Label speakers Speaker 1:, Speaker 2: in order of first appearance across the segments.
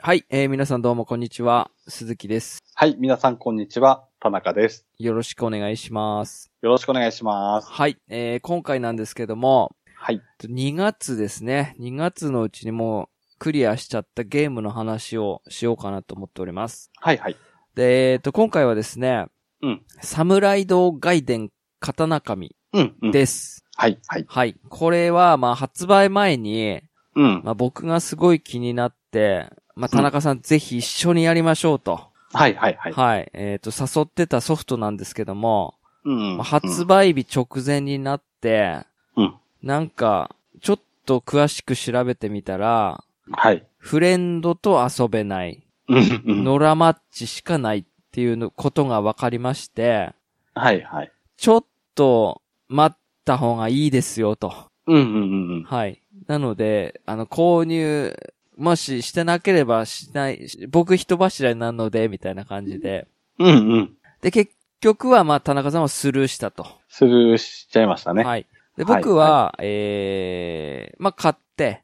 Speaker 1: はい、えー皆さんどうもこんにちは。鈴木です。
Speaker 2: はい、皆さんこんにちは。田中です。
Speaker 1: よろしくお願いします。
Speaker 2: よろしくお願いします。
Speaker 1: はい、えー今回なんですけども、
Speaker 2: はい。
Speaker 1: 2月ですね。2月のうちにもうクリアしちゃったゲームの話をしようかなと思っております。
Speaker 2: はいはい。
Speaker 1: で、えっ、と、今回はですね、
Speaker 2: うん。
Speaker 1: サムライド外伝刀神
Speaker 2: うん、うん。
Speaker 1: です。
Speaker 2: はいはい。
Speaker 1: はい。これは、まあ、発売前に、
Speaker 2: うん。
Speaker 1: まあ、僕がすごい気になって、まあ、田中さん、ぜひ一緒にやりましょうと。
Speaker 2: はいはいはい。
Speaker 1: はい。えっ、と、誘ってたソフトなんですけども、
Speaker 2: うん
Speaker 1: まあ発売日直前になって、
Speaker 2: うん
Speaker 1: なんか、ちょっと詳しく調べてみたら、
Speaker 2: はい。
Speaker 1: フレンドと遊べない、
Speaker 2: うん、うん。
Speaker 1: ノラマッチしかないっていうのことが分かりまして、
Speaker 2: はいはい。
Speaker 1: ちょっと待った方がいいですよと。
Speaker 2: うん、うん、うんうん。
Speaker 1: はい。なので、あの、購入、もししてなければしない、し僕人柱になるので、みたいな感じで。
Speaker 2: うん、うん。
Speaker 1: で、結局は、まあ、田中さんはスルーしたと。
Speaker 2: スルーしちゃいましたね。はい。
Speaker 1: はい。で、
Speaker 2: はい
Speaker 1: 僕は、ええまあ、買って、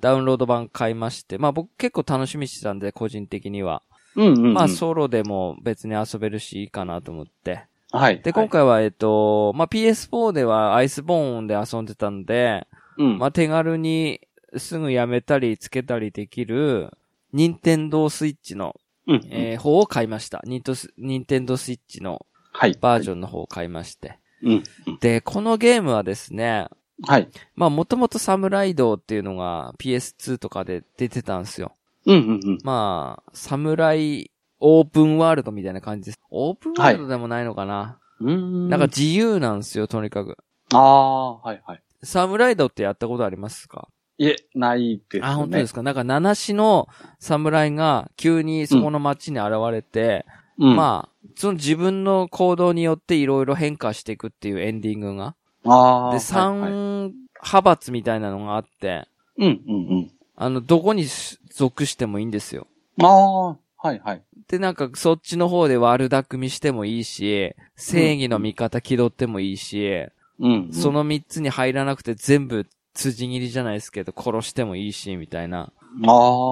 Speaker 1: ダウンロード版買いまして、まあ、僕結構楽しみにしてたんで、個人的には。
Speaker 2: うん、うん、うん。
Speaker 1: まあ、ソロでも別に遊べるし、いいかなと思って。
Speaker 2: う。はい。
Speaker 1: で、今
Speaker 2: 回、
Speaker 1: 回は、えっと、まあ、PS4 ではアイスボーンで遊んでたんで、
Speaker 2: うん。
Speaker 1: まあ、手軽にすぐやめたり、つけたりできる、任天堂スイッチの、
Speaker 2: うんうん。
Speaker 1: えー方を買いました。ニントス、任天堂スイッチの
Speaker 2: はい。
Speaker 1: バージョンの方を買いまして。
Speaker 2: うん。うん
Speaker 1: で、このゲームはですね、
Speaker 2: はい。
Speaker 1: まあ、もともとサムライドっていうのが PS2 とかで出てたんですよ。
Speaker 2: うん、うん、うん。
Speaker 1: まあ、サムライオープンワールドみたいな感じです。オープンワールドでもないのかな、
Speaker 2: うーん。
Speaker 1: なんか、自由なんですよ、とにかく。
Speaker 2: ああ、はいはい。
Speaker 1: サムライドってやったことありますか
Speaker 2: いえ、ないですね。。
Speaker 1: あ、本当ですすか。なんか、七死の侍が急にそこの町に現れて、
Speaker 2: うん。あ
Speaker 1: まあ、その自分の行動によっていろいろ変化していくっていうエンディングが。
Speaker 2: あー。
Speaker 1: で、
Speaker 2: はいはい
Speaker 1: 三派閥みたいなのがあって、
Speaker 2: うん、うん、うん。
Speaker 1: あの、どこに属してもいいんですよ。
Speaker 2: ああ、はいはい。
Speaker 1: で、なんか、そっちの方で悪巧みしてもいいし、正義の味方気取ってもいいし、
Speaker 2: うんうん。
Speaker 1: その三つに入らなくて全部辻切りじゃないですけど、殺してもいいし、みたいな。
Speaker 2: ああ。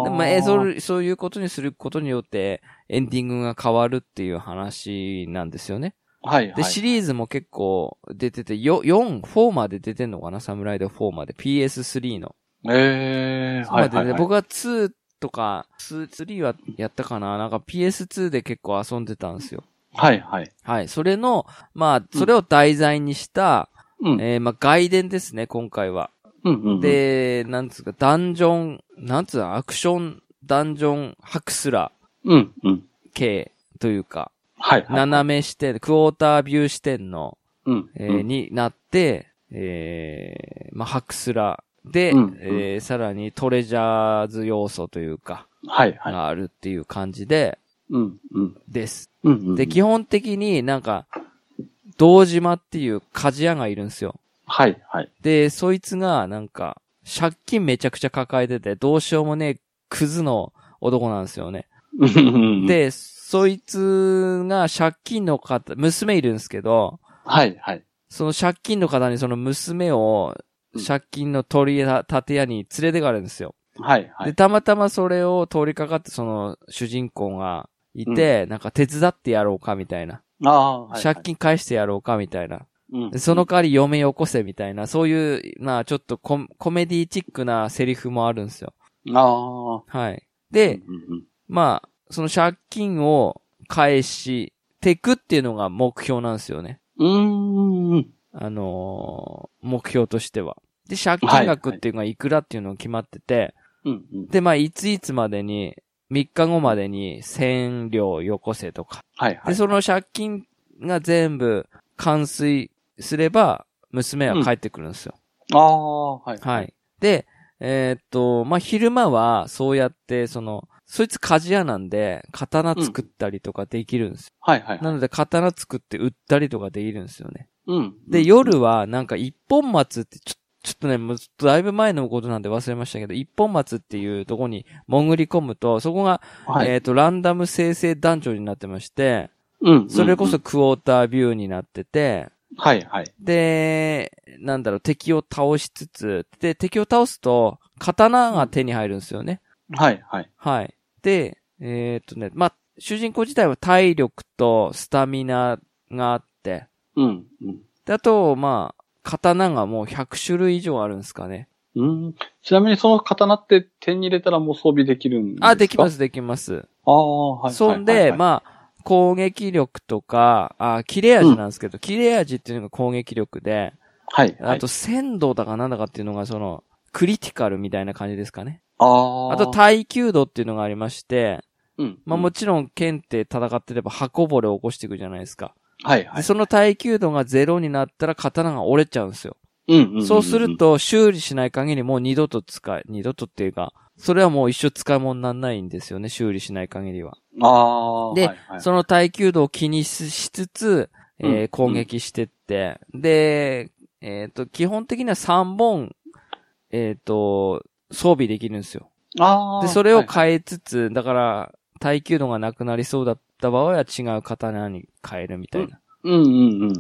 Speaker 1: でも、えーそう、そういうことにすることによって、エンディングが変わるっていう話なんですよね。
Speaker 2: はいはい。
Speaker 1: で、シリーズも結構出てて、よ、4、4まで出てんのかなサムライド4まで。PS3 の。
Speaker 2: ええ
Speaker 1: そう
Speaker 2: は
Speaker 1: ま
Speaker 2: い
Speaker 1: で
Speaker 2: はい、
Speaker 1: ね
Speaker 2: はい。
Speaker 1: 僕は2とか、2 3はやったかななんか PS2 で結構遊んでたんですよ。
Speaker 2: はいはい。
Speaker 1: はい。それの、まあ、それを題材にした、
Speaker 2: うん。
Speaker 1: えーまあ、外伝ですね、今回は。
Speaker 2: うんうんうん、
Speaker 1: で、なんつうか、ダンジョン、なんつうの、アクション、ダンジョン、ハクスラ
Speaker 2: うん、うん。
Speaker 1: 系というか、
Speaker 2: はい、はい。
Speaker 1: 斜め視点、クォータービュー視点の、
Speaker 2: うん、
Speaker 1: えー
Speaker 2: うん。
Speaker 1: になって、えーまあ、ハクスラで、
Speaker 2: うん
Speaker 1: えーさらにトレジャーズ要素というか、
Speaker 2: はいはい。
Speaker 1: があるっていう感じで、
Speaker 2: うん、うん。
Speaker 1: です。
Speaker 2: うん、うん。
Speaker 1: で、基本的になんか、堂島っていう鍛冶屋がいるんですよ。
Speaker 2: はいはい。
Speaker 1: で、そいつがなんか、借金めちゃくちゃ抱えてて、どうしようもねえ、クズの男なんですよね。
Speaker 2: うんうんう ん、
Speaker 1: で、そいつが借金の方、娘いるんですけど、
Speaker 2: はいはい。
Speaker 1: その借金の方にその娘を
Speaker 2: うん、
Speaker 1: 借金の取り立て屋に連れてかれるんですよ。
Speaker 2: はいは
Speaker 1: で、
Speaker 2: い。
Speaker 1: たまたまそれを通りかかって、その主人公がいて、なんか手伝ってやろうかみたいな。
Speaker 2: ああ、はい、はい。
Speaker 1: 借金返してやろうかみたいな。
Speaker 2: 金
Speaker 1: でその、代わり嫁よこせみたいな、そういう、まあちょっとココメディチックなセリフもあるんですよ。
Speaker 2: うん、ああ。
Speaker 1: はい。
Speaker 2: うん
Speaker 1: で、
Speaker 2: うん
Speaker 1: まあ、その借金を返していくっていうのが目標なんですよね。
Speaker 2: うん、うーん。
Speaker 1: あのー目標としては。で、借金額っていうのがいくらっていうのが決まってて、
Speaker 2: うん、うん。
Speaker 1: で、まあ、いついつまでに、3日後までに1000両よこせとか。
Speaker 2: はいは
Speaker 1: で、
Speaker 2: い。
Speaker 1: その借金が全部完遂すれば、娘は帰ってくるんですよ。
Speaker 2: ああ、はい。
Speaker 1: はい。で、えーっと、まあ、昼間は、そうやって、その、そいつ鍛冶屋なんで、刀作ったりとかできるんですよ。
Speaker 2: はいはい。
Speaker 1: なので、刀作って売ったりとかできるんですよね。
Speaker 2: うん。
Speaker 1: で、、夜は、なんか、一本松って、ちょ、ちょっとね、もう、だいぶ前のことなんで忘れましたけど、一本松っていうとこに潜り込むと、そこが、
Speaker 2: はい。
Speaker 1: えっ、と、ランダム生成団長になってまして、
Speaker 2: うん。
Speaker 1: それこ
Speaker 2: うんう
Speaker 1: そクォータービューになってて、
Speaker 2: ん、はいはい。
Speaker 1: で、なんだろう、敵を倒しつつ、で、敵を倒すと、刀が手に入るんですよね。
Speaker 2: はいはい。
Speaker 1: はい。で、えーっとね、まあ、主人公自体は体力とスタミナがあって、
Speaker 2: うん、うん。
Speaker 1: で、あと、まあ、刀がもう100種類以上あるんですかね。
Speaker 2: うん、ちなみにその刀って手に入れたらもう装備できるんですか。
Speaker 1: あ、できますす、できます。
Speaker 2: ああ、はい。
Speaker 1: そん
Speaker 2: はい
Speaker 1: で、
Speaker 2: はい
Speaker 1: まあ、攻撃力とか、あ、切れ味なんですけど、切れ味っていうのが攻撃力で、
Speaker 2: はい。はい
Speaker 1: あと、、鮮度だかなんだかっていうのが、その、クリティカルみたいな感じですかね。
Speaker 2: ああ。
Speaker 1: あと、耐久度っていうのがありまして、
Speaker 2: うん。
Speaker 1: まあもちろん、剣って戦ってれば、刃こぼれを起こしていくじゃないですか。
Speaker 2: はい、
Speaker 1: で
Speaker 2: はい。
Speaker 1: その耐久度がゼロになったら、刀が折れちゃうんですよ。
Speaker 2: うんんんん
Speaker 1: そうする、と、修理しない限りもう二度と使え、二度とっていうか、それはもう一生使い物にならないんですよね、修理しない限りは。
Speaker 2: ああ。
Speaker 1: で
Speaker 2: はいはい、
Speaker 1: その耐久度を気にししつつ、えー
Speaker 2: うん
Speaker 1: 攻撃してって、で、えっ、と、基本的には3本、えっ、と、装備できるんですよ。
Speaker 2: ああ。
Speaker 1: で、それを
Speaker 2: はいはい
Speaker 1: 変えつつ、だから、耐久度がなくなりそうだった場合は違う刀に変えるみたいな。
Speaker 2: うん、うん、うん、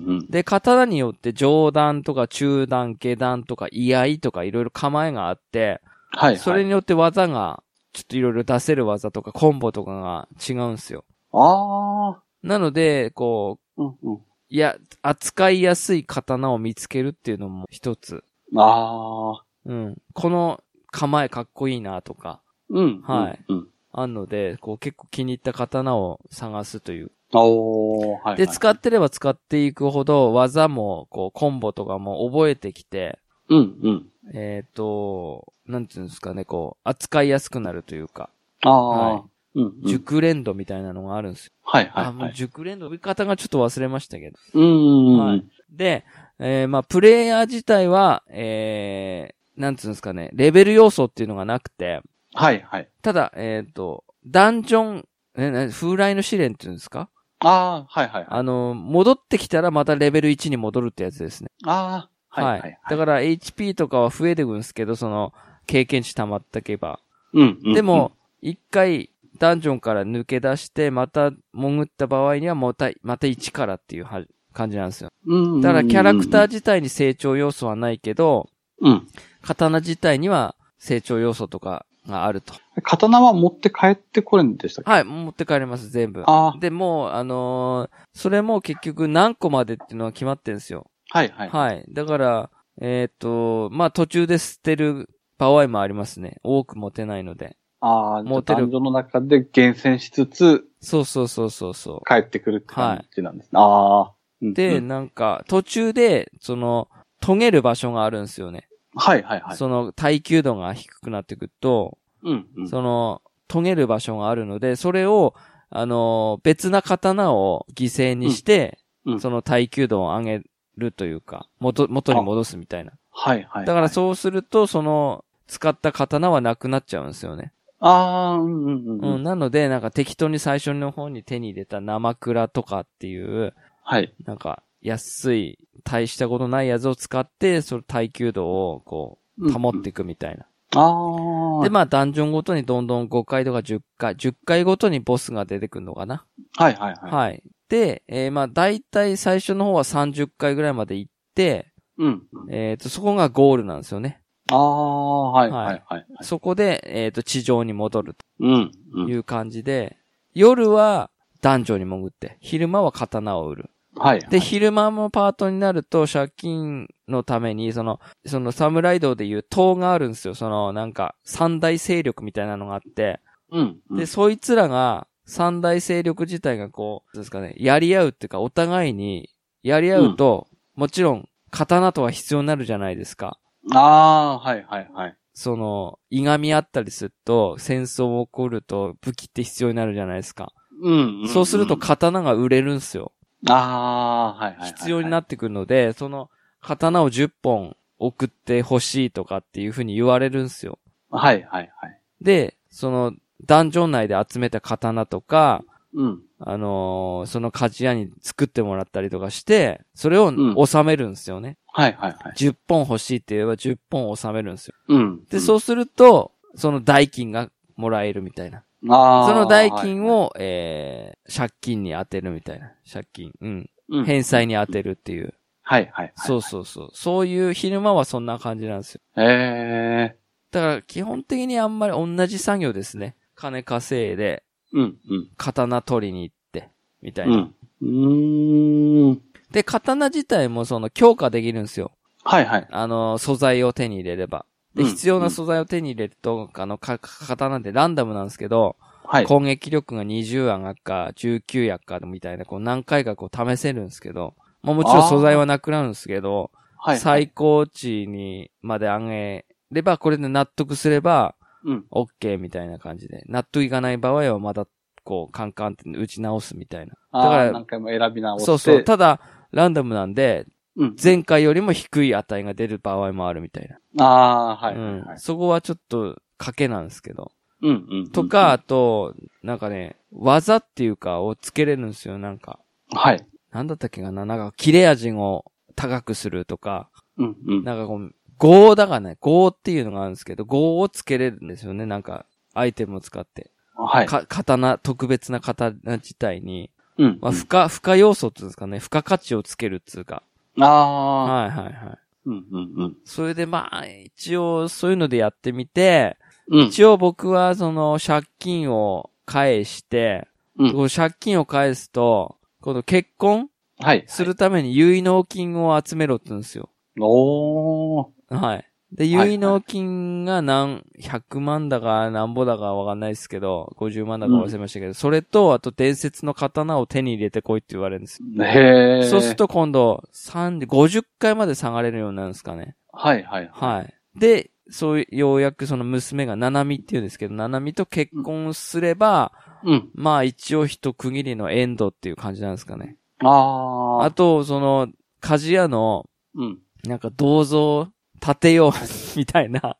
Speaker 2: うん。
Speaker 1: で、刀によって上段とか中段、下段とか居合とかいろいろ構えがあって、
Speaker 2: はい、はい。
Speaker 1: それによって技が、ちょっといろいろ出せる技とかコンボとかが違うんですよ。
Speaker 2: ああ。
Speaker 1: なので、こう、
Speaker 2: うん、うん。
Speaker 1: いや、扱いやすい刀を見つけるっていうのも一つ。
Speaker 2: ああ。
Speaker 1: うん。この構えかっこいいなとか、
Speaker 2: うん。
Speaker 1: はい
Speaker 2: うん。うん。
Speaker 1: あんので、こう結構気に入った刀を探すという。
Speaker 2: おー、はい、はい。
Speaker 1: で、使ってれば使っていくほど技も、こう、コンボとかも覚えてきて、
Speaker 2: うん、うん。
Speaker 1: えっ、と、なんていうんですかね、こう、扱いやすくなるというか、
Speaker 2: ああ。
Speaker 1: はい
Speaker 2: うん、うん。
Speaker 1: 熟練度みたいなのがあるんですよ
Speaker 2: はい、はい、
Speaker 1: あ、も
Speaker 2: は
Speaker 1: う
Speaker 2: い。
Speaker 1: 熟練の呼び方がちょっと忘れましたけど。
Speaker 2: うん、うんうん。
Speaker 1: はいで、えーまあ、プレイヤー自体は、えー、なんつうんですかね、レベル要素っていうのがなくて、
Speaker 2: はい、はい。
Speaker 1: ただ、えっ、と、ダンジョン、えな風来の試練っていうんですか
Speaker 2: ああ、はい、はい。あ
Speaker 1: あの、戻ってきたらまたレベル1に戻るってやつですね。
Speaker 2: あー、はい、はい。
Speaker 1: だ
Speaker 2: ら、
Speaker 1: から、HP とかは増えてくんですけど、その、経験値溜まってけば。
Speaker 2: うん、うん。
Speaker 1: でも、一回、ダンジョンから抜け出して、また潜った場合には、また、また1からっていうは感じなんですよ。
Speaker 2: うん、うん。うん
Speaker 1: だからキャラクター、自体に成長要素はないけど、
Speaker 2: うん。
Speaker 1: 刀自体には成長要素とかがあると。
Speaker 2: 刀は持って帰ってこれんでしたっけ
Speaker 1: はい、持って帰れます、全部。
Speaker 2: あ
Speaker 1: で、もう、あのーそれも結局何個までっていうのは決まってるんですよ。
Speaker 2: あ、はい、はい。
Speaker 1: はい。だから、えーっと、まあ途中で捨てる場合もありますね。多く持てないので。
Speaker 2: ああ、
Speaker 1: 持
Speaker 2: も
Speaker 1: っ
Speaker 2: う
Speaker 1: てる
Speaker 2: ダンジョンの中で厳選しつつ、
Speaker 1: そうそうそうそうそ
Speaker 2: 帰ってくるって感じなんですね。ああ。うん
Speaker 1: う。で、
Speaker 2: うん
Speaker 1: なんか、途中で、その、研げる場所があるんですよね。
Speaker 2: はい、はい、はい。
Speaker 1: その、耐久度が低くなってくると、
Speaker 2: うん、うん。
Speaker 1: その、研げる場所があるので、それを、あの、別な刀を犠牲にして、
Speaker 2: うんうん
Speaker 1: その耐久度を上げるというか、元、元に戻すみたいな。
Speaker 2: はい、はい。
Speaker 1: だから
Speaker 2: う。
Speaker 1: そうすると、その、使った刀はなくなっちゃうんですよね。
Speaker 2: ああ、うん、うん、うん。
Speaker 1: うん、なので、なんか適当に最初の方に手に入れた生倉とかっていう、
Speaker 2: はい。
Speaker 1: なんか安い、大したことないやつを使って、その耐久度をこう、保っていくみたいな。
Speaker 2: ああ。
Speaker 1: で、まあ、ダンジョンごとにどんどん5回とか10回、10回ごとにボスが出てくるのかな。
Speaker 2: はいはいはい。
Speaker 1: はい。で、えーまあ、大体最初の方は30回ぐらいまで行って、
Speaker 2: うん。
Speaker 1: えっ、と、そこがゴールなんですよね。
Speaker 2: ああ、はい
Speaker 1: は
Speaker 2: はいいはいはい。
Speaker 1: そこで、えっ、と、地上に戻る
Speaker 2: うん。う
Speaker 1: とい
Speaker 2: ん
Speaker 1: う感じで、夜は、ダンジョンに潜って、昼間は刀を売る。
Speaker 2: はい。
Speaker 1: で、昼間もパートになると、借金のために、その、その、侍道でいう塔があるんですよ。その、なんか、三大勢力みたいなのがあって、
Speaker 2: うん。
Speaker 1: で、そいつらが、三大勢力自体がこう、どうですかね、やり合うっていうか、お互いに、やり合うと、もちろん、刀とは必要になるじゃないですか。
Speaker 2: ああー、はいはいはい。
Speaker 1: その、いがみ合ったりすると、戦争起こると、武器って必要になるじゃないですか。
Speaker 2: うん。
Speaker 1: そうすると、
Speaker 2: ん、
Speaker 1: 刀が売れるんすよ。
Speaker 2: ああ、はいはいはい。
Speaker 1: 必要になってくるので、その、刀を10本送ってほしいとかっていう風に言われるんすよ。
Speaker 2: はいはいはい。
Speaker 1: で、その、ダンジョン内で集めた刀とか、
Speaker 2: うん。
Speaker 1: あのーその鍛冶屋に作ってもらったりとかして、それを
Speaker 2: ん
Speaker 1: 収めるんですよね。
Speaker 2: はいはいはい。
Speaker 1: 10本欲しいって言えば10本収めるんですよ。
Speaker 2: うん。
Speaker 1: で、そうすると、その代金がもらえるみたいな。
Speaker 2: うん、ああ。
Speaker 1: その代金
Speaker 2: はいはい、
Speaker 1: を、えー、借金に当てるみたいな。借金。うん。
Speaker 2: うん
Speaker 1: 返済に当てるっていう。
Speaker 2: はいはいはい。
Speaker 1: そうそうそう。そういう昼間はそんな感じなんですよ。
Speaker 2: ええ
Speaker 1: だから基本的にあんまり同じ作業ですね。金稼いで、
Speaker 2: うん、うん。
Speaker 1: 刀取りに行って、みたいな。
Speaker 2: うん。うーん。
Speaker 1: で、刀自体もその強化できるんですよ。
Speaker 2: はいはい。
Speaker 1: あの、素材を手に入れれば。で、
Speaker 2: うん
Speaker 1: 必要な素材を手に入れると、あの、か、か刀ってランダムなんですけど、
Speaker 2: はい。
Speaker 1: 攻撃力が20上がっか、19やっか、みたいな、こう何回かこう試せるんですけど、まあもちろん素材はなくなるんですけど、
Speaker 2: はい。
Speaker 1: 最高値にまで上げれば、これで納得すれば、
Speaker 2: うん。
Speaker 1: OK みたいな感じで。納得いかない場合はまだ、こう、カンカンって打ち直すみたいな。
Speaker 2: あ
Speaker 1: だから
Speaker 2: あ、何回も選び直して。
Speaker 1: そうそう。ただ、ランダムなんで、
Speaker 2: うん。
Speaker 1: 前回よりも低い値が出る場合もあるみたいな。
Speaker 2: ああー、はいは
Speaker 1: う
Speaker 2: い
Speaker 1: ん
Speaker 2: はい。
Speaker 1: そこはちょっと、賭けなんですけど。
Speaker 2: うん、うんうん。
Speaker 1: とか、あ、と、なんかね、技っていうかをつけれるんですよ、なんか。
Speaker 2: はい。
Speaker 1: なんだったっけかななんか、切れ味を高くするとか、
Speaker 2: うん、うん。
Speaker 1: なんかこう、5だがね、5っていうのがあるんですけど、5をつけれるんですよね、なんか、アイテムを使って。
Speaker 2: はい。
Speaker 1: か、刀、特別な刀自体に、
Speaker 2: うん。
Speaker 1: まあ、付加、付加要素っていうんですかね、付加価値をつけるっていうか。
Speaker 2: ああ。
Speaker 1: はいはいはい。
Speaker 2: うん、うん、うん。
Speaker 1: それでまあ、一応、そういうのでやってみて、
Speaker 2: うん。
Speaker 1: 一応僕はその、借金を返して、
Speaker 2: うん
Speaker 1: こう借金を返すと、この結婚
Speaker 2: はい。
Speaker 1: するために結納金を集めろって言うんですよ。
Speaker 2: おー。
Speaker 1: はい。で、
Speaker 2: はいはい
Speaker 1: 結納金が何、100万だか何ぼだかわかんないですけど、50万だか忘れましたけど、それと、あと伝説の刀を手に入れてこいって言われるんですよ。
Speaker 2: へえ。
Speaker 1: そうする。と今度、三50回まで下がれるようになるんですかね。
Speaker 2: はいはい。
Speaker 1: はい。で、そういう、ようやくその娘が、ナナミっていうんですけど、ナナミと結婚すれば、
Speaker 2: うん。
Speaker 1: まあ一応一区切りのエンドっていう感じなんですかね。
Speaker 2: ああ。
Speaker 1: あと、その、鍛冶屋の、
Speaker 2: うん。
Speaker 1: なんか銅像、建てよう、 みたいな。
Speaker 2: は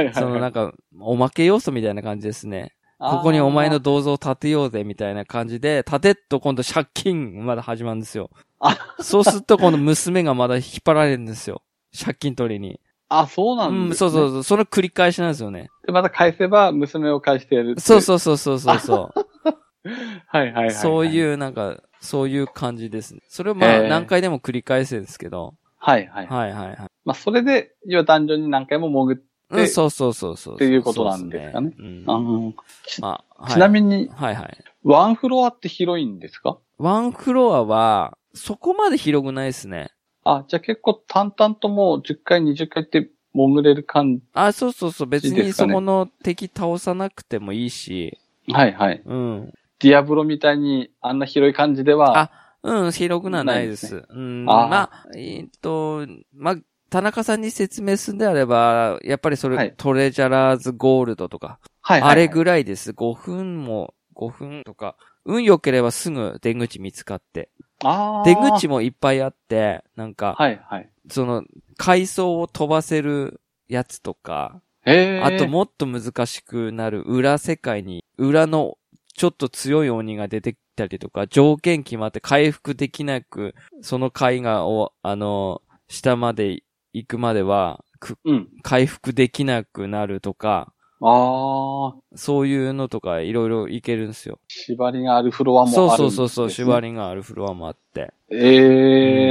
Speaker 2: いは い。
Speaker 1: そのなん
Speaker 2: か、
Speaker 1: か、おまけ要素みたいな感じですね。ここにお前の。銅像を建てようぜ、みたいな感じで、建てっと今度借金まだ始まるんですよ。
Speaker 2: あ
Speaker 1: そうすると今度娘がまだ引っ張られるんですよ。借金取りに。
Speaker 2: あ、そうな
Speaker 1: うんん、
Speaker 2: です
Speaker 1: そうそう
Speaker 2: う。
Speaker 1: そう。その繰り返しなんですよね。
Speaker 2: で、また返せば、娘を返してやる。
Speaker 1: そう
Speaker 2: う。
Speaker 1: そうそうそうそう そう。
Speaker 2: はいはいはいはい。
Speaker 1: そう
Speaker 2: う。
Speaker 1: いうなんか、そういう感じですね。それをまあ
Speaker 2: へー
Speaker 1: 何回でも繰り返せですけど。
Speaker 2: はいはい。
Speaker 1: はいはいはい。
Speaker 2: まあ、それで、要は男女に何回も潜って。
Speaker 1: うん、そうそうそうそう。
Speaker 2: っていうことなんですかね
Speaker 1: そうです
Speaker 2: あ
Speaker 1: うん
Speaker 2: の
Speaker 1: まあ、
Speaker 2: ちなみ
Speaker 1: に。
Speaker 2: に、
Speaker 1: はいはい。
Speaker 2: ワンフロアって広いんですか
Speaker 1: ワンフロアは、そこまで広くないですね。
Speaker 2: あ、じゃあ結構淡々ともう10回、20回って潜れる感じ。
Speaker 1: あ、そうそうそう。別
Speaker 2: いいで
Speaker 1: に
Speaker 2: すか
Speaker 1: そ
Speaker 2: ね
Speaker 1: この敵倒さなくてもいいし。
Speaker 2: はいはい。
Speaker 1: うん。
Speaker 2: ディアブロみたいにあんな広い感じでは。
Speaker 1: あうん、広くなないです。
Speaker 2: な
Speaker 1: うん。
Speaker 2: あー
Speaker 1: まあ、えーっと、まあ、田中さんに説明するんであれば、やっぱりそれ、
Speaker 2: はい
Speaker 1: トレジャラーズゴールドとか、
Speaker 2: はいはい、はい。
Speaker 1: あれぐらいです。5分も、5分とか、運良ければすぐ出口見つかって。
Speaker 2: あー
Speaker 1: 出口もいっぱいあって、なんか、
Speaker 2: はいはい。
Speaker 1: その、階層を飛ばせるやつとか、
Speaker 2: へえ。
Speaker 1: あともっと難しくなる裏世界に、裏のちょっと強い鬼が出てきたりとか、条件決まって回復できなく、その階がを、あの、下まで行くまでは、く
Speaker 2: うん。
Speaker 1: 回復できなくなるとか、
Speaker 2: ああ、
Speaker 1: そういうのとかいろいろいけるんですよ。
Speaker 2: 縛りがあるフロアも
Speaker 1: そう
Speaker 2: ある
Speaker 1: そ
Speaker 2: ん
Speaker 1: う
Speaker 2: です、
Speaker 1: そ
Speaker 2: ね。
Speaker 1: うそう、縛。りがあるフロアもあって。
Speaker 2: ええ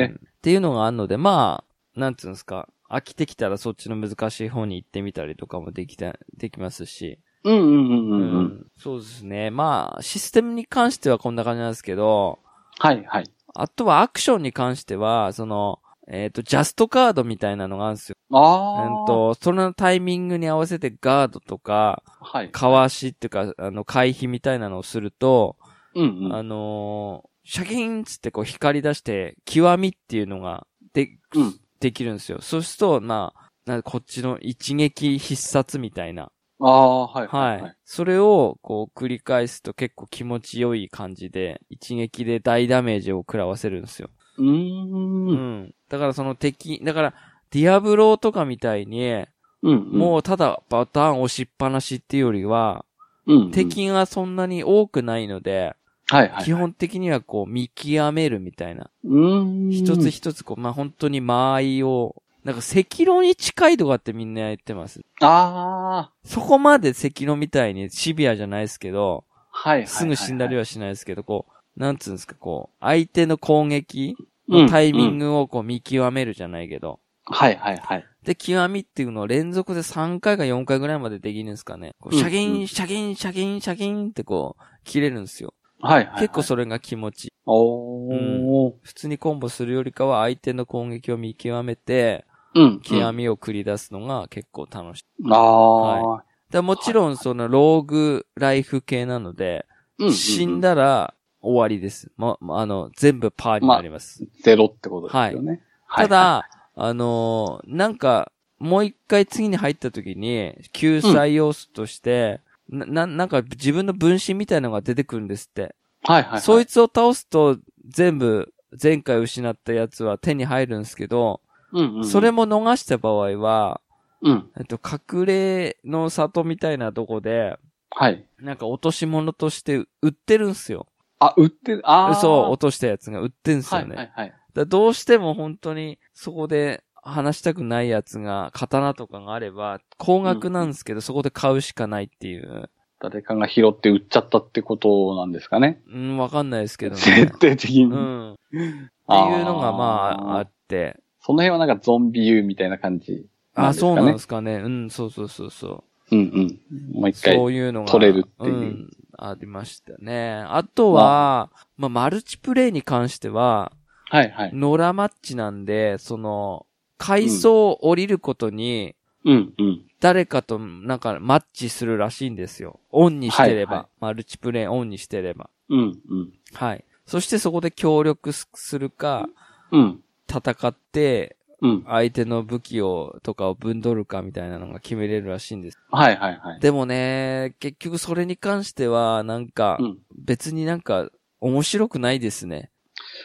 Speaker 1: うんっていうのがあるので、まあ、なんつうんですか、飽きてきたらそっちの難しい方に行ってみたりとかもできた、できますし。
Speaker 2: うんうんうんうん。
Speaker 1: う
Speaker 2: うん、
Speaker 1: んそうですね。まあ、システムに関してはこんな感じなんですけど、
Speaker 2: はいはい。
Speaker 1: あとはアクションに関しては、その、えっ、と、ジャストカードみたいなのがあるんですよ。
Speaker 2: あ
Speaker 1: う
Speaker 2: あ。
Speaker 1: ん。と、それのタイミングに合わせてガードとか、
Speaker 2: はい。
Speaker 1: かわしっていうか、あの、回避みたいなのをすると、
Speaker 2: うんうん。
Speaker 1: あのーシャキーンっつってこう光り出して、極みっていうのが、で、
Speaker 2: うん。
Speaker 1: できるんですよ。そうすると、まあ、なんかこっちの一撃必殺みたいな。
Speaker 2: ああ、はいは。
Speaker 1: はい
Speaker 2: はい
Speaker 1: い。それを、こう、繰り返すと結構気持ち良い感じで、一撃で大ダメージを食らわせるんですよ。
Speaker 2: うー。
Speaker 1: うんん。だからその敵、だから、ディアブロとかみたいに、
Speaker 2: うん。
Speaker 1: もうただパターン押しっぱなしっていうよりは、
Speaker 2: うん、うん。
Speaker 1: 敵がそんなに多くないので、
Speaker 2: はいはい。
Speaker 1: 基本的にはこう、見極めるみたいな。
Speaker 2: うーん。
Speaker 1: 一つ一つこう、まあ、本当に間合いを、なんか赤炉に近いとかってみんな言ってます。
Speaker 2: ああ。
Speaker 1: そこまで赤炉みたいにシビアじゃないですけど、
Speaker 2: はいはいはいはい。
Speaker 1: すぐ死んだり
Speaker 2: は
Speaker 1: はしないですけど、こう、なんつうんですか、こう、相手の攻撃のタイミン
Speaker 2: グ。
Speaker 1: グをこう見極めるじゃないけど、
Speaker 2: はいはいはい。
Speaker 1: で、極みっていうのを連続で3回か4回ぐらいまでできるんですかね。こうシャギ
Speaker 2: うんう
Speaker 1: ン、
Speaker 2: ん
Speaker 1: シャギン、シャギン、シャギンってこう、切れるんですよ。
Speaker 2: はいはい。
Speaker 1: 結構それが気持ちいい。
Speaker 2: おー。
Speaker 1: 普通にコンボするよりかは相手の攻撃を見極めて、
Speaker 2: うん。
Speaker 1: 極みを繰り出すのが結構楽しい。
Speaker 2: うん。ああ、
Speaker 1: だもちろんそのローグライフ系なので、
Speaker 2: うんうん。
Speaker 1: 死んだら終わりです。ま、まあの、全部パーになります。
Speaker 2: ゼロってことですよね。
Speaker 1: ただ、
Speaker 2: は
Speaker 1: あのーなんか、もう一回次に入った時に、救済要素として、な、な、なんか自分の分身みたいなのが出てくるんですって。
Speaker 2: いはい、はいはい。
Speaker 1: そい
Speaker 2: つ、
Speaker 1: つを倒すと、全部、前回失ったやつは手に入るんですけど、
Speaker 2: うんうん、
Speaker 1: それ、も逃した場合は、
Speaker 2: うん。
Speaker 1: えっと、隠れの里みたいなとこで、
Speaker 2: はい。
Speaker 1: なんか落とし物として売ってるんすよ。
Speaker 2: あ、売ってる、ああ。
Speaker 1: そう、落としたやつが売ってんすよね。
Speaker 2: はいはいはい。
Speaker 1: だどうしても本当に、そこで話したくないやつが、刀とかがあれば、高額なんですけど、そこで買うしかないっていう。
Speaker 2: 誰かが拾って売っちゃったってことなんですかね。
Speaker 1: うん、わかんないですけどね
Speaker 2: 絶。対的に。
Speaker 1: うん。っていうのが、まあ、あ
Speaker 2: あー。
Speaker 1: って。
Speaker 2: その辺はなんかゾンビ優みたいな感じ。
Speaker 1: あ、そうなんですすかね。うん、そうそうそうそう。
Speaker 2: うんうん。もう一回。
Speaker 1: そういうのが。
Speaker 2: 取れるっていう
Speaker 1: うん。ありましたね。あとは、まあ、マルチプレイに関しては、
Speaker 2: はいはい。
Speaker 1: ノラマッチなんで、その、階層を降りることに、
Speaker 2: うんうん。
Speaker 1: 誰かと、なんか、マッチするらしいんですよ。オンにしてれば。
Speaker 2: はいは
Speaker 1: マルチプレイオンにしてれば。
Speaker 2: うんうん。
Speaker 1: はい。そしてそこで協力すするか、
Speaker 2: うん。
Speaker 1: 戦って、
Speaker 2: うん。
Speaker 1: 相手の武器を、とかをぶんどるかみたいなのが決めれるらしいんです。
Speaker 2: はいはいはい。
Speaker 1: でもね、結局それに関しては、なんか、
Speaker 2: うん。
Speaker 1: 別になんか、面白くないですね。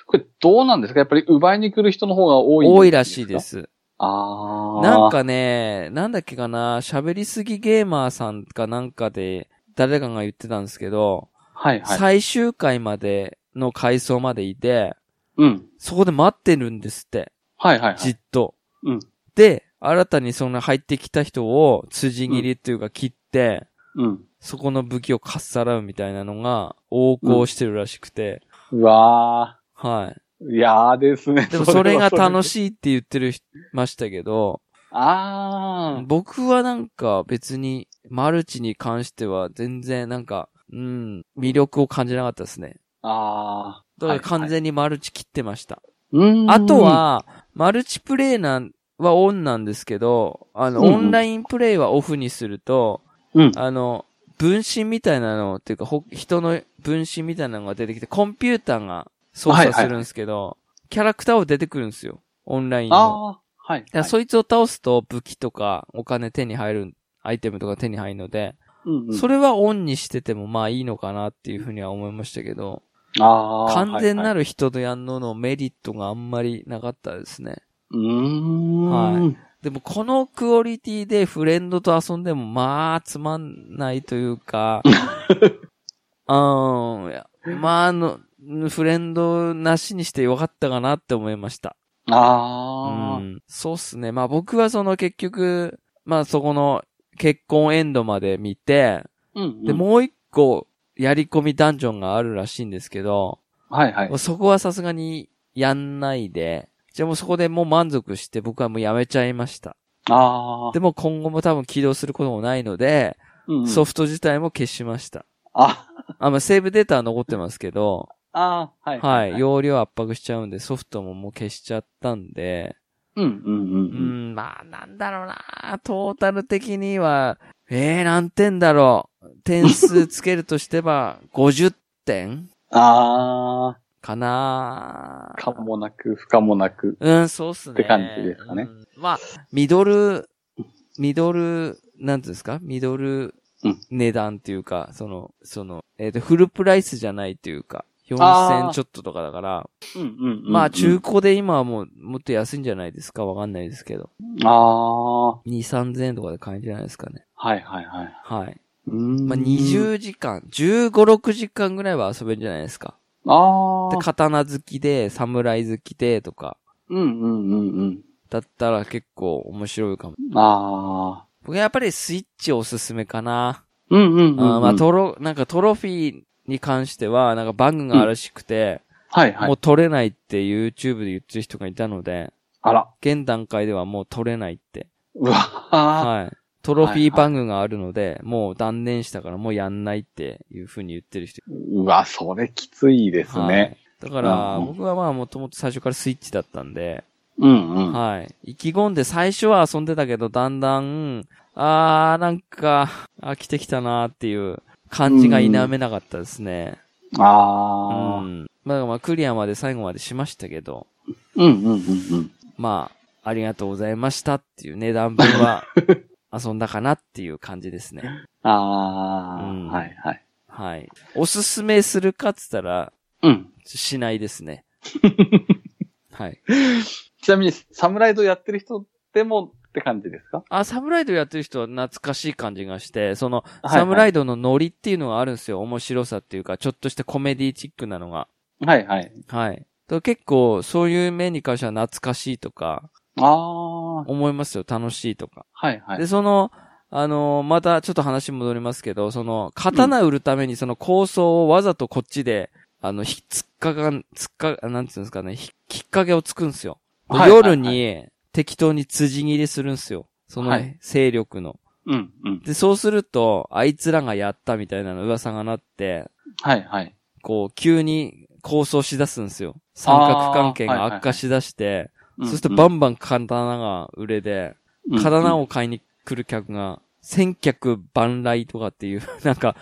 Speaker 2: これどうなんですかやっぱり奪いに来る人の方が多いん
Speaker 1: 多いらしいで。す。
Speaker 2: ああ。
Speaker 1: なん、かね、なんだっけかな、喋りすぎゲーマーさんかなんかで、誰かが言ってたんですけど、
Speaker 2: はいはい。
Speaker 1: 最終回までの回想までいて、
Speaker 2: うん。
Speaker 1: そこで待ってるんですって、
Speaker 2: はいはいは
Speaker 1: じ
Speaker 2: い。
Speaker 1: っと。
Speaker 2: うん。
Speaker 1: で、新たにその入ってきた人を辻切りっていうか切って、
Speaker 2: うん。
Speaker 1: そこの武器をかっさらうみたいなのが横行してるらしくて、
Speaker 2: うわ
Speaker 1: はい。
Speaker 2: ー。いやーですね。
Speaker 1: でもそれが楽
Speaker 2: い。
Speaker 1: しいって言ってる人ましたけど、
Speaker 2: あー。
Speaker 1: 僕はなんか別にマルチに関しては全然なんか、うん、魅力を感じなかったですね。
Speaker 2: あ
Speaker 1: だから完全にマルチ切ってました。
Speaker 2: ー。うん。
Speaker 1: あと、は、マルチプレイなん、はオンなんですけど、あの、
Speaker 2: うんうん
Speaker 1: オンラインプレイはオフにすると、
Speaker 2: うん。
Speaker 1: あの、分身みたいなの、っていうか、ほ人の分身みたいなのが出てきて、コンピューターが操作するんですけど、キャラクターを出てくるんですよ。オンラインの。
Speaker 2: あー。はい
Speaker 1: だか。ら
Speaker 2: は
Speaker 1: そいつを倒すと武器とかお金手に入る、アイテムとか手に入るので、
Speaker 2: いうんうん
Speaker 1: それはオンにしててもまあいいのかなっていうふうには思いましたけど、
Speaker 2: あー。
Speaker 1: 完全な
Speaker 2: る。
Speaker 1: る人とやんののメリットがあんまりなかったですね。
Speaker 2: うー
Speaker 1: は
Speaker 2: ん。
Speaker 1: でもこのクオリティでフレンドと遊んでもまあつまんないという か、うん、いやまああの、フレンドなしにしてよかったかなって思いました。
Speaker 2: あ
Speaker 1: う
Speaker 2: ー。
Speaker 1: んそうっすね。まあ僕はその結局、まあそこの結婚エンドまで見て、
Speaker 2: うんうん。
Speaker 1: で、もう一個やり込みダンジョンがあるらしいんですけど、
Speaker 2: はいはい
Speaker 1: もう。そこはさすがにやんないで、じゃあもうそこでもう満足して僕はもうやめちゃいました。
Speaker 2: あ
Speaker 1: でも今後も多分起動することもないので、
Speaker 2: ー。
Speaker 1: ソ
Speaker 2: フ
Speaker 1: フト自体も消しました。
Speaker 2: あ、
Speaker 1: あ、まあセーブデータは残ってますけど、
Speaker 2: あー。はい。
Speaker 1: はい、。容量圧迫しちゃうんでソフトももう消しちゃったんで、
Speaker 2: うんうんう
Speaker 1: うんん、まあ、なんだろうなトータル的には、ええー、何点だろう。点数つけるとしては、50点
Speaker 2: うん。あ
Speaker 1: かな
Speaker 2: ー。かもなく、不可もなく。
Speaker 1: うん、そうっすね。
Speaker 2: って感じですかね
Speaker 1: うんまあ、ミドル、ミドル、なんていうんですかミドル
Speaker 2: うん
Speaker 1: 値段っていうか、その、その、えっ、と、フルプライスじゃないっていうか、
Speaker 2: あ
Speaker 1: 4000
Speaker 2: ー
Speaker 1: ちょっととかだから、
Speaker 2: うんうんうんうん。
Speaker 1: まあ、中古で今はもう、もっと安いんじゃないですかわかんないですけど。
Speaker 2: あー。
Speaker 1: 2、3000円とかで買えるんじゃないですかね。
Speaker 2: はいはいはい。
Speaker 1: はい。
Speaker 2: うーん
Speaker 1: まあ、。20時間、15、6時間ぐらいは遊べるんじゃないですか。
Speaker 2: あ
Speaker 1: で、
Speaker 2: ー。
Speaker 1: 刀好きで、侍好きで、とか、
Speaker 2: うんうんうん
Speaker 1: だったら結構面白いかも。
Speaker 2: うん。あー。
Speaker 1: 僕はやっぱりスイッチおすすめかな。
Speaker 2: うんうんうんうん。
Speaker 1: あーまあ、トロ、なんかトロフィーに関しては、なんかバグがあるらしくて、
Speaker 2: はいは
Speaker 1: も
Speaker 2: い。
Speaker 1: う取れないって YouTube で言ってる人がいたので、
Speaker 2: あら。
Speaker 1: 現段階ではもう取れないって。
Speaker 2: うわぁ。
Speaker 1: はい。トロフィーバグがあるので、もう断念したからもうやんないっていう風に言ってる人。
Speaker 2: うわ、それきついです
Speaker 1: は
Speaker 2: ね。
Speaker 1: い。だから、
Speaker 2: うんうん
Speaker 1: 僕はまあもともと最初からスイッチだったんで、
Speaker 2: うんうん。
Speaker 1: はい。意気込んで最初は遊んでたけど、だんだん、あー、なんか、飽きてきたなーっていう感じが否めなかったですね。う
Speaker 2: ああ。
Speaker 1: ん。まあまあ、クリアまで最後までしましたけど、
Speaker 2: うんうんうんうん。
Speaker 1: まあ、ありがとうございましたっていう値段分は 遊んだかなっていう感じですね。
Speaker 2: ああ、
Speaker 1: うん
Speaker 2: はいはい。
Speaker 1: はい。おすすめするかって言ったら、
Speaker 2: うん。
Speaker 1: しないですね。 はい。
Speaker 2: ちなみに、サムライドやってる人でもって感じですか
Speaker 1: あ、サムライドやってる人は懐かしい感じがして、その、
Speaker 2: はい
Speaker 1: サムライドのノリっていうのがあるんですよ。面白さっていうか、ちょっとしたコメディチックなのが。
Speaker 2: はいはい。
Speaker 1: はい。と結構、そういう面に関しては懐かしいとか、
Speaker 2: ああ、は
Speaker 1: 思いますよ。楽しいとか。
Speaker 2: いは
Speaker 1: で、
Speaker 2: い。
Speaker 1: その、あのーまたちょっと話戻りますけど、その、刀売るためにその構想をわざとこっちで、あの、ひ、つっかがん、つっか、なんていうんですかね、ひきっかけをつくんですよ。で
Speaker 2: はいはいはい
Speaker 1: 夜に適当に辻切りするんですよ。その
Speaker 2: はい
Speaker 1: 勢力の。
Speaker 2: うんうん。
Speaker 1: で、そうすると、あいつらがやったみたいなの噂がなって、
Speaker 2: はいはい。
Speaker 1: こう、急に構想しだすんですよ。三角関係が悪化しだして、そうするとバ
Speaker 2: ン、
Speaker 1: ンバン刀が売れで、
Speaker 2: うんうん
Speaker 1: 刀。を買いに来る客が、千客万来とかっていう、 なん か、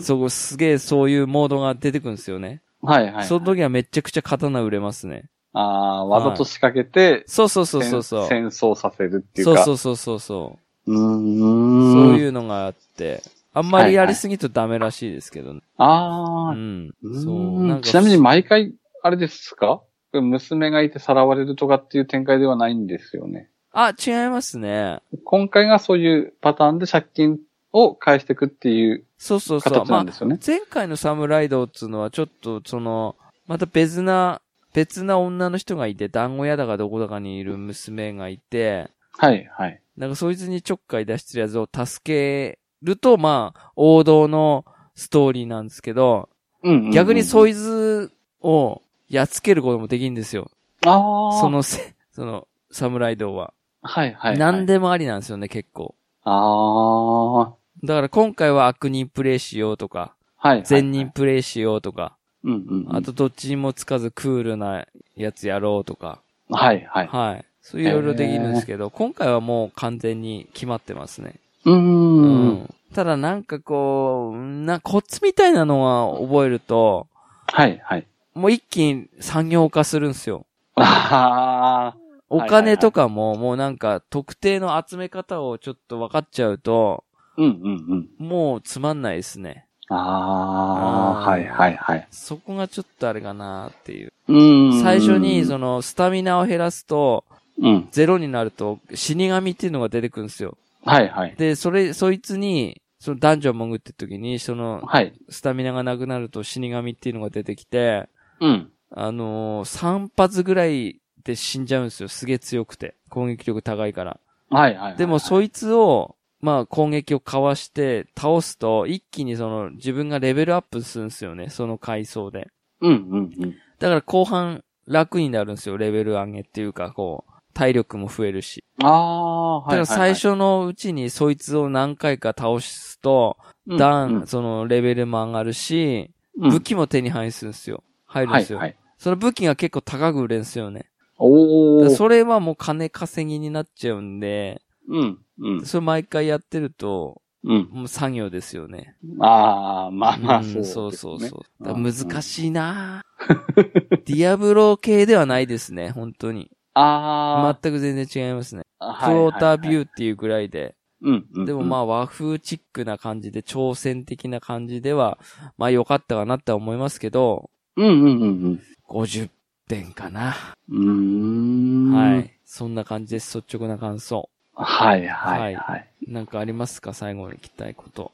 Speaker 1: そこすげえそういうモードが出てくるんですよね。
Speaker 2: はいはいはい。
Speaker 1: その時はめちゃくちゃ刀売れますね。
Speaker 2: ああ、わざと仕掛けて、
Speaker 1: そうそうそうそうそう。
Speaker 2: 戦戦争させるっていう
Speaker 1: そう
Speaker 2: か。
Speaker 1: そううそうそうそう。
Speaker 2: うーん。。
Speaker 1: そういううのがあって、あんまりやりすぎるとダメらしいですけどね。
Speaker 2: ああ、
Speaker 1: うん。
Speaker 2: う
Speaker 1: そう。
Speaker 2: ーんちなみに毎回、あれですか娘がいてさらわれるとかっていう展開ではないんですよね。
Speaker 1: あ、違いますね。
Speaker 2: 今回がそういうパターンで借金を返していくっていう
Speaker 1: そうそうそう。
Speaker 2: 形な
Speaker 1: まあ
Speaker 2: んですよね。
Speaker 1: 前回のサムライドっていうのはちょっとその、また別な、別な女の人がいて、団子屋だかどこだかにいる娘がいて、
Speaker 2: はい、はい。
Speaker 1: なんかそいつにちょっかい出してるやつを助けると、まあ、王道のストーリーなんですけど、
Speaker 2: うんうんうん
Speaker 1: 逆にそ
Speaker 2: いう、
Speaker 1: いつをやっつけることもできるんですよ。
Speaker 2: ああ、
Speaker 1: そ、のせ、その、サムライドは。
Speaker 2: はい、はい。
Speaker 1: 何
Speaker 2: で、
Speaker 1: でもありなんですよね、結構。
Speaker 2: ああ、はい
Speaker 1: だから今回は悪人プレイしようとか、
Speaker 2: はい、はい。
Speaker 1: 善人、プレイしようとか、
Speaker 2: うんうんうん。
Speaker 1: あとどっちにもつかずクールなやつやろうとか、
Speaker 2: はい、はい。
Speaker 1: はい。そういろいろできるんですけど、今回はもう完全に決まってますね。
Speaker 2: うーん。
Speaker 1: ただなんかこう、な、コツみたいなのは覚えると、
Speaker 2: はい、はい。
Speaker 1: もう一気に産業化するんですよ。
Speaker 2: ああ、
Speaker 1: お金とかも、もうなんか特定の集め方をちょっと分かっちゃうと、
Speaker 2: うんうんうん。
Speaker 1: もうつまんないですね。
Speaker 2: ああ、はい、はい、はい。
Speaker 1: そこがちょっとあれかなっていう。
Speaker 2: うーん。
Speaker 1: 最初に
Speaker 2: の、
Speaker 1: そのスタミナを減らすと、
Speaker 2: うん。
Speaker 1: ゼロになると死神っていうのが出てくるんですよ。
Speaker 2: はい、はい。
Speaker 1: で、それ、そいつに、そのダンジョン潜ってる時に、その、
Speaker 2: はい。
Speaker 1: スタミナがなくなると死神っていうのが出てきて、
Speaker 2: うん。
Speaker 1: あのー、3発ぐらいで死んじゃうんですよ。すげえ強くて。攻撃力高いから。
Speaker 2: はい、はい。
Speaker 1: でも
Speaker 2: う
Speaker 1: そいつを、まあ攻撃をかわして倒すと、一気にその自分がレベルアップするんですよね。その階層で。
Speaker 2: いうん、うん、うん。
Speaker 1: だから後半楽になるんですよ。レベル上げっていうか、こう、体力も増えるし。
Speaker 2: ああ、
Speaker 1: だ
Speaker 2: は
Speaker 1: か
Speaker 2: い。
Speaker 1: ら最、初のうちにそいつを何回か倒すと、ダン、そのレベルも上がるし、武
Speaker 2: 器
Speaker 1: 器も手に入るんですよ。入るん
Speaker 2: は
Speaker 1: で
Speaker 2: い、
Speaker 1: すよ。
Speaker 2: はい。
Speaker 1: その武器が結構高く売れんすよね。
Speaker 2: お
Speaker 1: だから
Speaker 2: ー。
Speaker 1: それはもう金稼ぎになっちゃうんで、
Speaker 2: うん、うん、
Speaker 1: それ毎回やってると、
Speaker 2: うん。
Speaker 1: もう作業ですよね。
Speaker 2: ああ、まあまあ、そうう。
Speaker 1: んそうそうそう。だから難
Speaker 2: い。
Speaker 1: しいなぁ ディアブロ系ではないですね、本当に。
Speaker 2: あ
Speaker 1: 全く全然違いますね。
Speaker 2: あ、
Speaker 1: クォータービ
Speaker 2: ー。
Speaker 1: ューっていうぐらいで。
Speaker 2: うん、うん。
Speaker 1: でもまあ和風チックな感じで、挑戦的な感じでは、まあ良かったかなって思いますけど、
Speaker 2: うん、うん、うん、
Speaker 1: 50点かな。
Speaker 2: うん。うーん。
Speaker 1: はい。。そんな感じです、率直な感想。
Speaker 2: はい、はい、
Speaker 1: は
Speaker 2: はい。
Speaker 1: なんかありますか最後に聞きたい こと。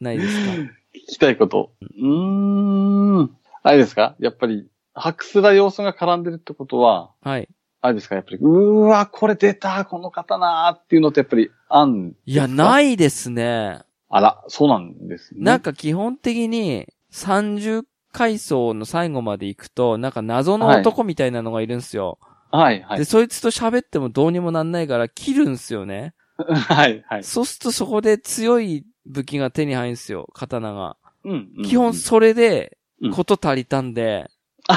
Speaker 1: ないです
Speaker 2: 聞きたいこと。うーん。あれですかやっぱり、白すだ要素が絡んでるってことは、
Speaker 1: かはい。
Speaker 2: あれですかやっぱり、うーわ、これ出た、この刀っていうのってやっぱり、あん。
Speaker 1: いや、
Speaker 2: い。
Speaker 1: ないですね。
Speaker 2: あら、そうなんですね。
Speaker 1: なんか基本的に30階層の最後まで行くと、なんか謎の男みたいなのがいるんですよ。
Speaker 2: はい、は
Speaker 1: で、
Speaker 2: い。
Speaker 1: そいつと喋ってもどうにもなんないから切るんすよね。
Speaker 2: はい、はい。
Speaker 1: そうするとそこで強い武器が手に入るんすよ、刀が。
Speaker 2: うん。うん
Speaker 1: 基本それで
Speaker 2: うん、
Speaker 1: こと足りたんで、
Speaker 2: あ、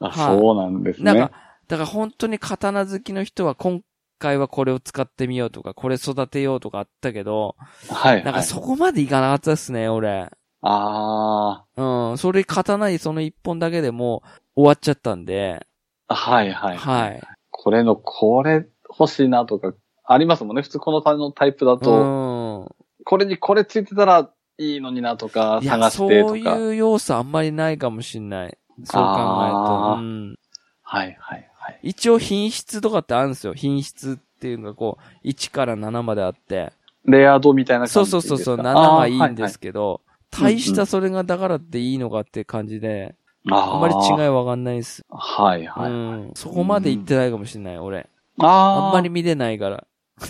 Speaker 1: はい
Speaker 2: そうなんです
Speaker 1: な
Speaker 2: ね。
Speaker 1: んか、だから本当に刀好きの人は今回はこれを使ってみようとか、これ育てようとかあったけど、
Speaker 2: は
Speaker 1: な
Speaker 2: い、
Speaker 1: ん
Speaker 2: は
Speaker 1: か
Speaker 2: い。
Speaker 1: そこまでいかなかったですね、俺。
Speaker 2: あ
Speaker 1: うん、それ刀にその一本だけでもう終わっちゃったんで、
Speaker 2: あ、はい、はい。
Speaker 1: はい。
Speaker 2: これの、これ欲しいなとか、ありますもんね。普通このタイプのタイプだ
Speaker 1: う
Speaker 2: と、
Speaker 1: ん。
Speaker 2: これにこれついてたらいいのになとか、
Speaker 1: いや、
Speaker 2: 探
Speaker 1: そ
Speaker 2: してと
Speaker 1: う
Speaker 2: か。
Speaker 1: いう要素あんまりないかもしんない。そう考
Speaker 2: あ
Speaker 1: えると。
Speaker 2: ー
Speaker 1: うん、
Speaker 2: はい、はい、はい。
Speaker 1: 一応品質とかってあるんですよ。品質っていうかこう、1から7まであって。
Speaker 2: レイヤードみたいな
Speaker 1: そ
Speaker 2: 感
Speaker 1: う
Speaker 2: じ
Speaker 1: そ
Speaker 2: で
Speaker 1: う
Speaker 2: すか
Speaker 1: そうそう、7はいいんで。す
Speaker 2: あ
Speaker 1: けど、
Speaker 2: いはい
Speaker 1: 大したそれがだからっていいのかって感じで、
Speaker 2: ーはいはい
Speaker 1: あんまり違
Speaker 2: あー
Speaker 1: いわかんないです。
Speaker 2: はい、はい。
Speaker 1: うん。そこまで行ってないかもしんない、俺。
Speaker 2: あ
Speaker 1: あ
Speaker 2: ー
Speaker 1: んまり見てないから。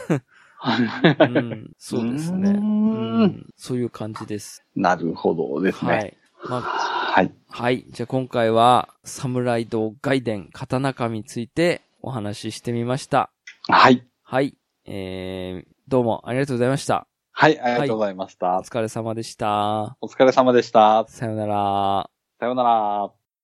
Speaker 1: う ん。そうですね。
Speaker 2: うー
Speaker 1: うんん。そういう感じです。
Speaker 2: なるほどです
Speaker 1: は
Speaker 2: ね。
Speaker 1: い。まあ、
Speaker 2: はい。
Speaker 1: はい。じゃあ今回は、侍道外伝、刀神についてお話ししてみました。
Speaker 2: はい。
Speaker 1: はい。えー、どうもありがとうございました。
Speaker 2: はい、ありがとうございました。
Speaker 1: お疲れ様でした。
Speaker 2: お疲れ様でした。
Speaker 1: さよなら。
Speaker 2: さようなら。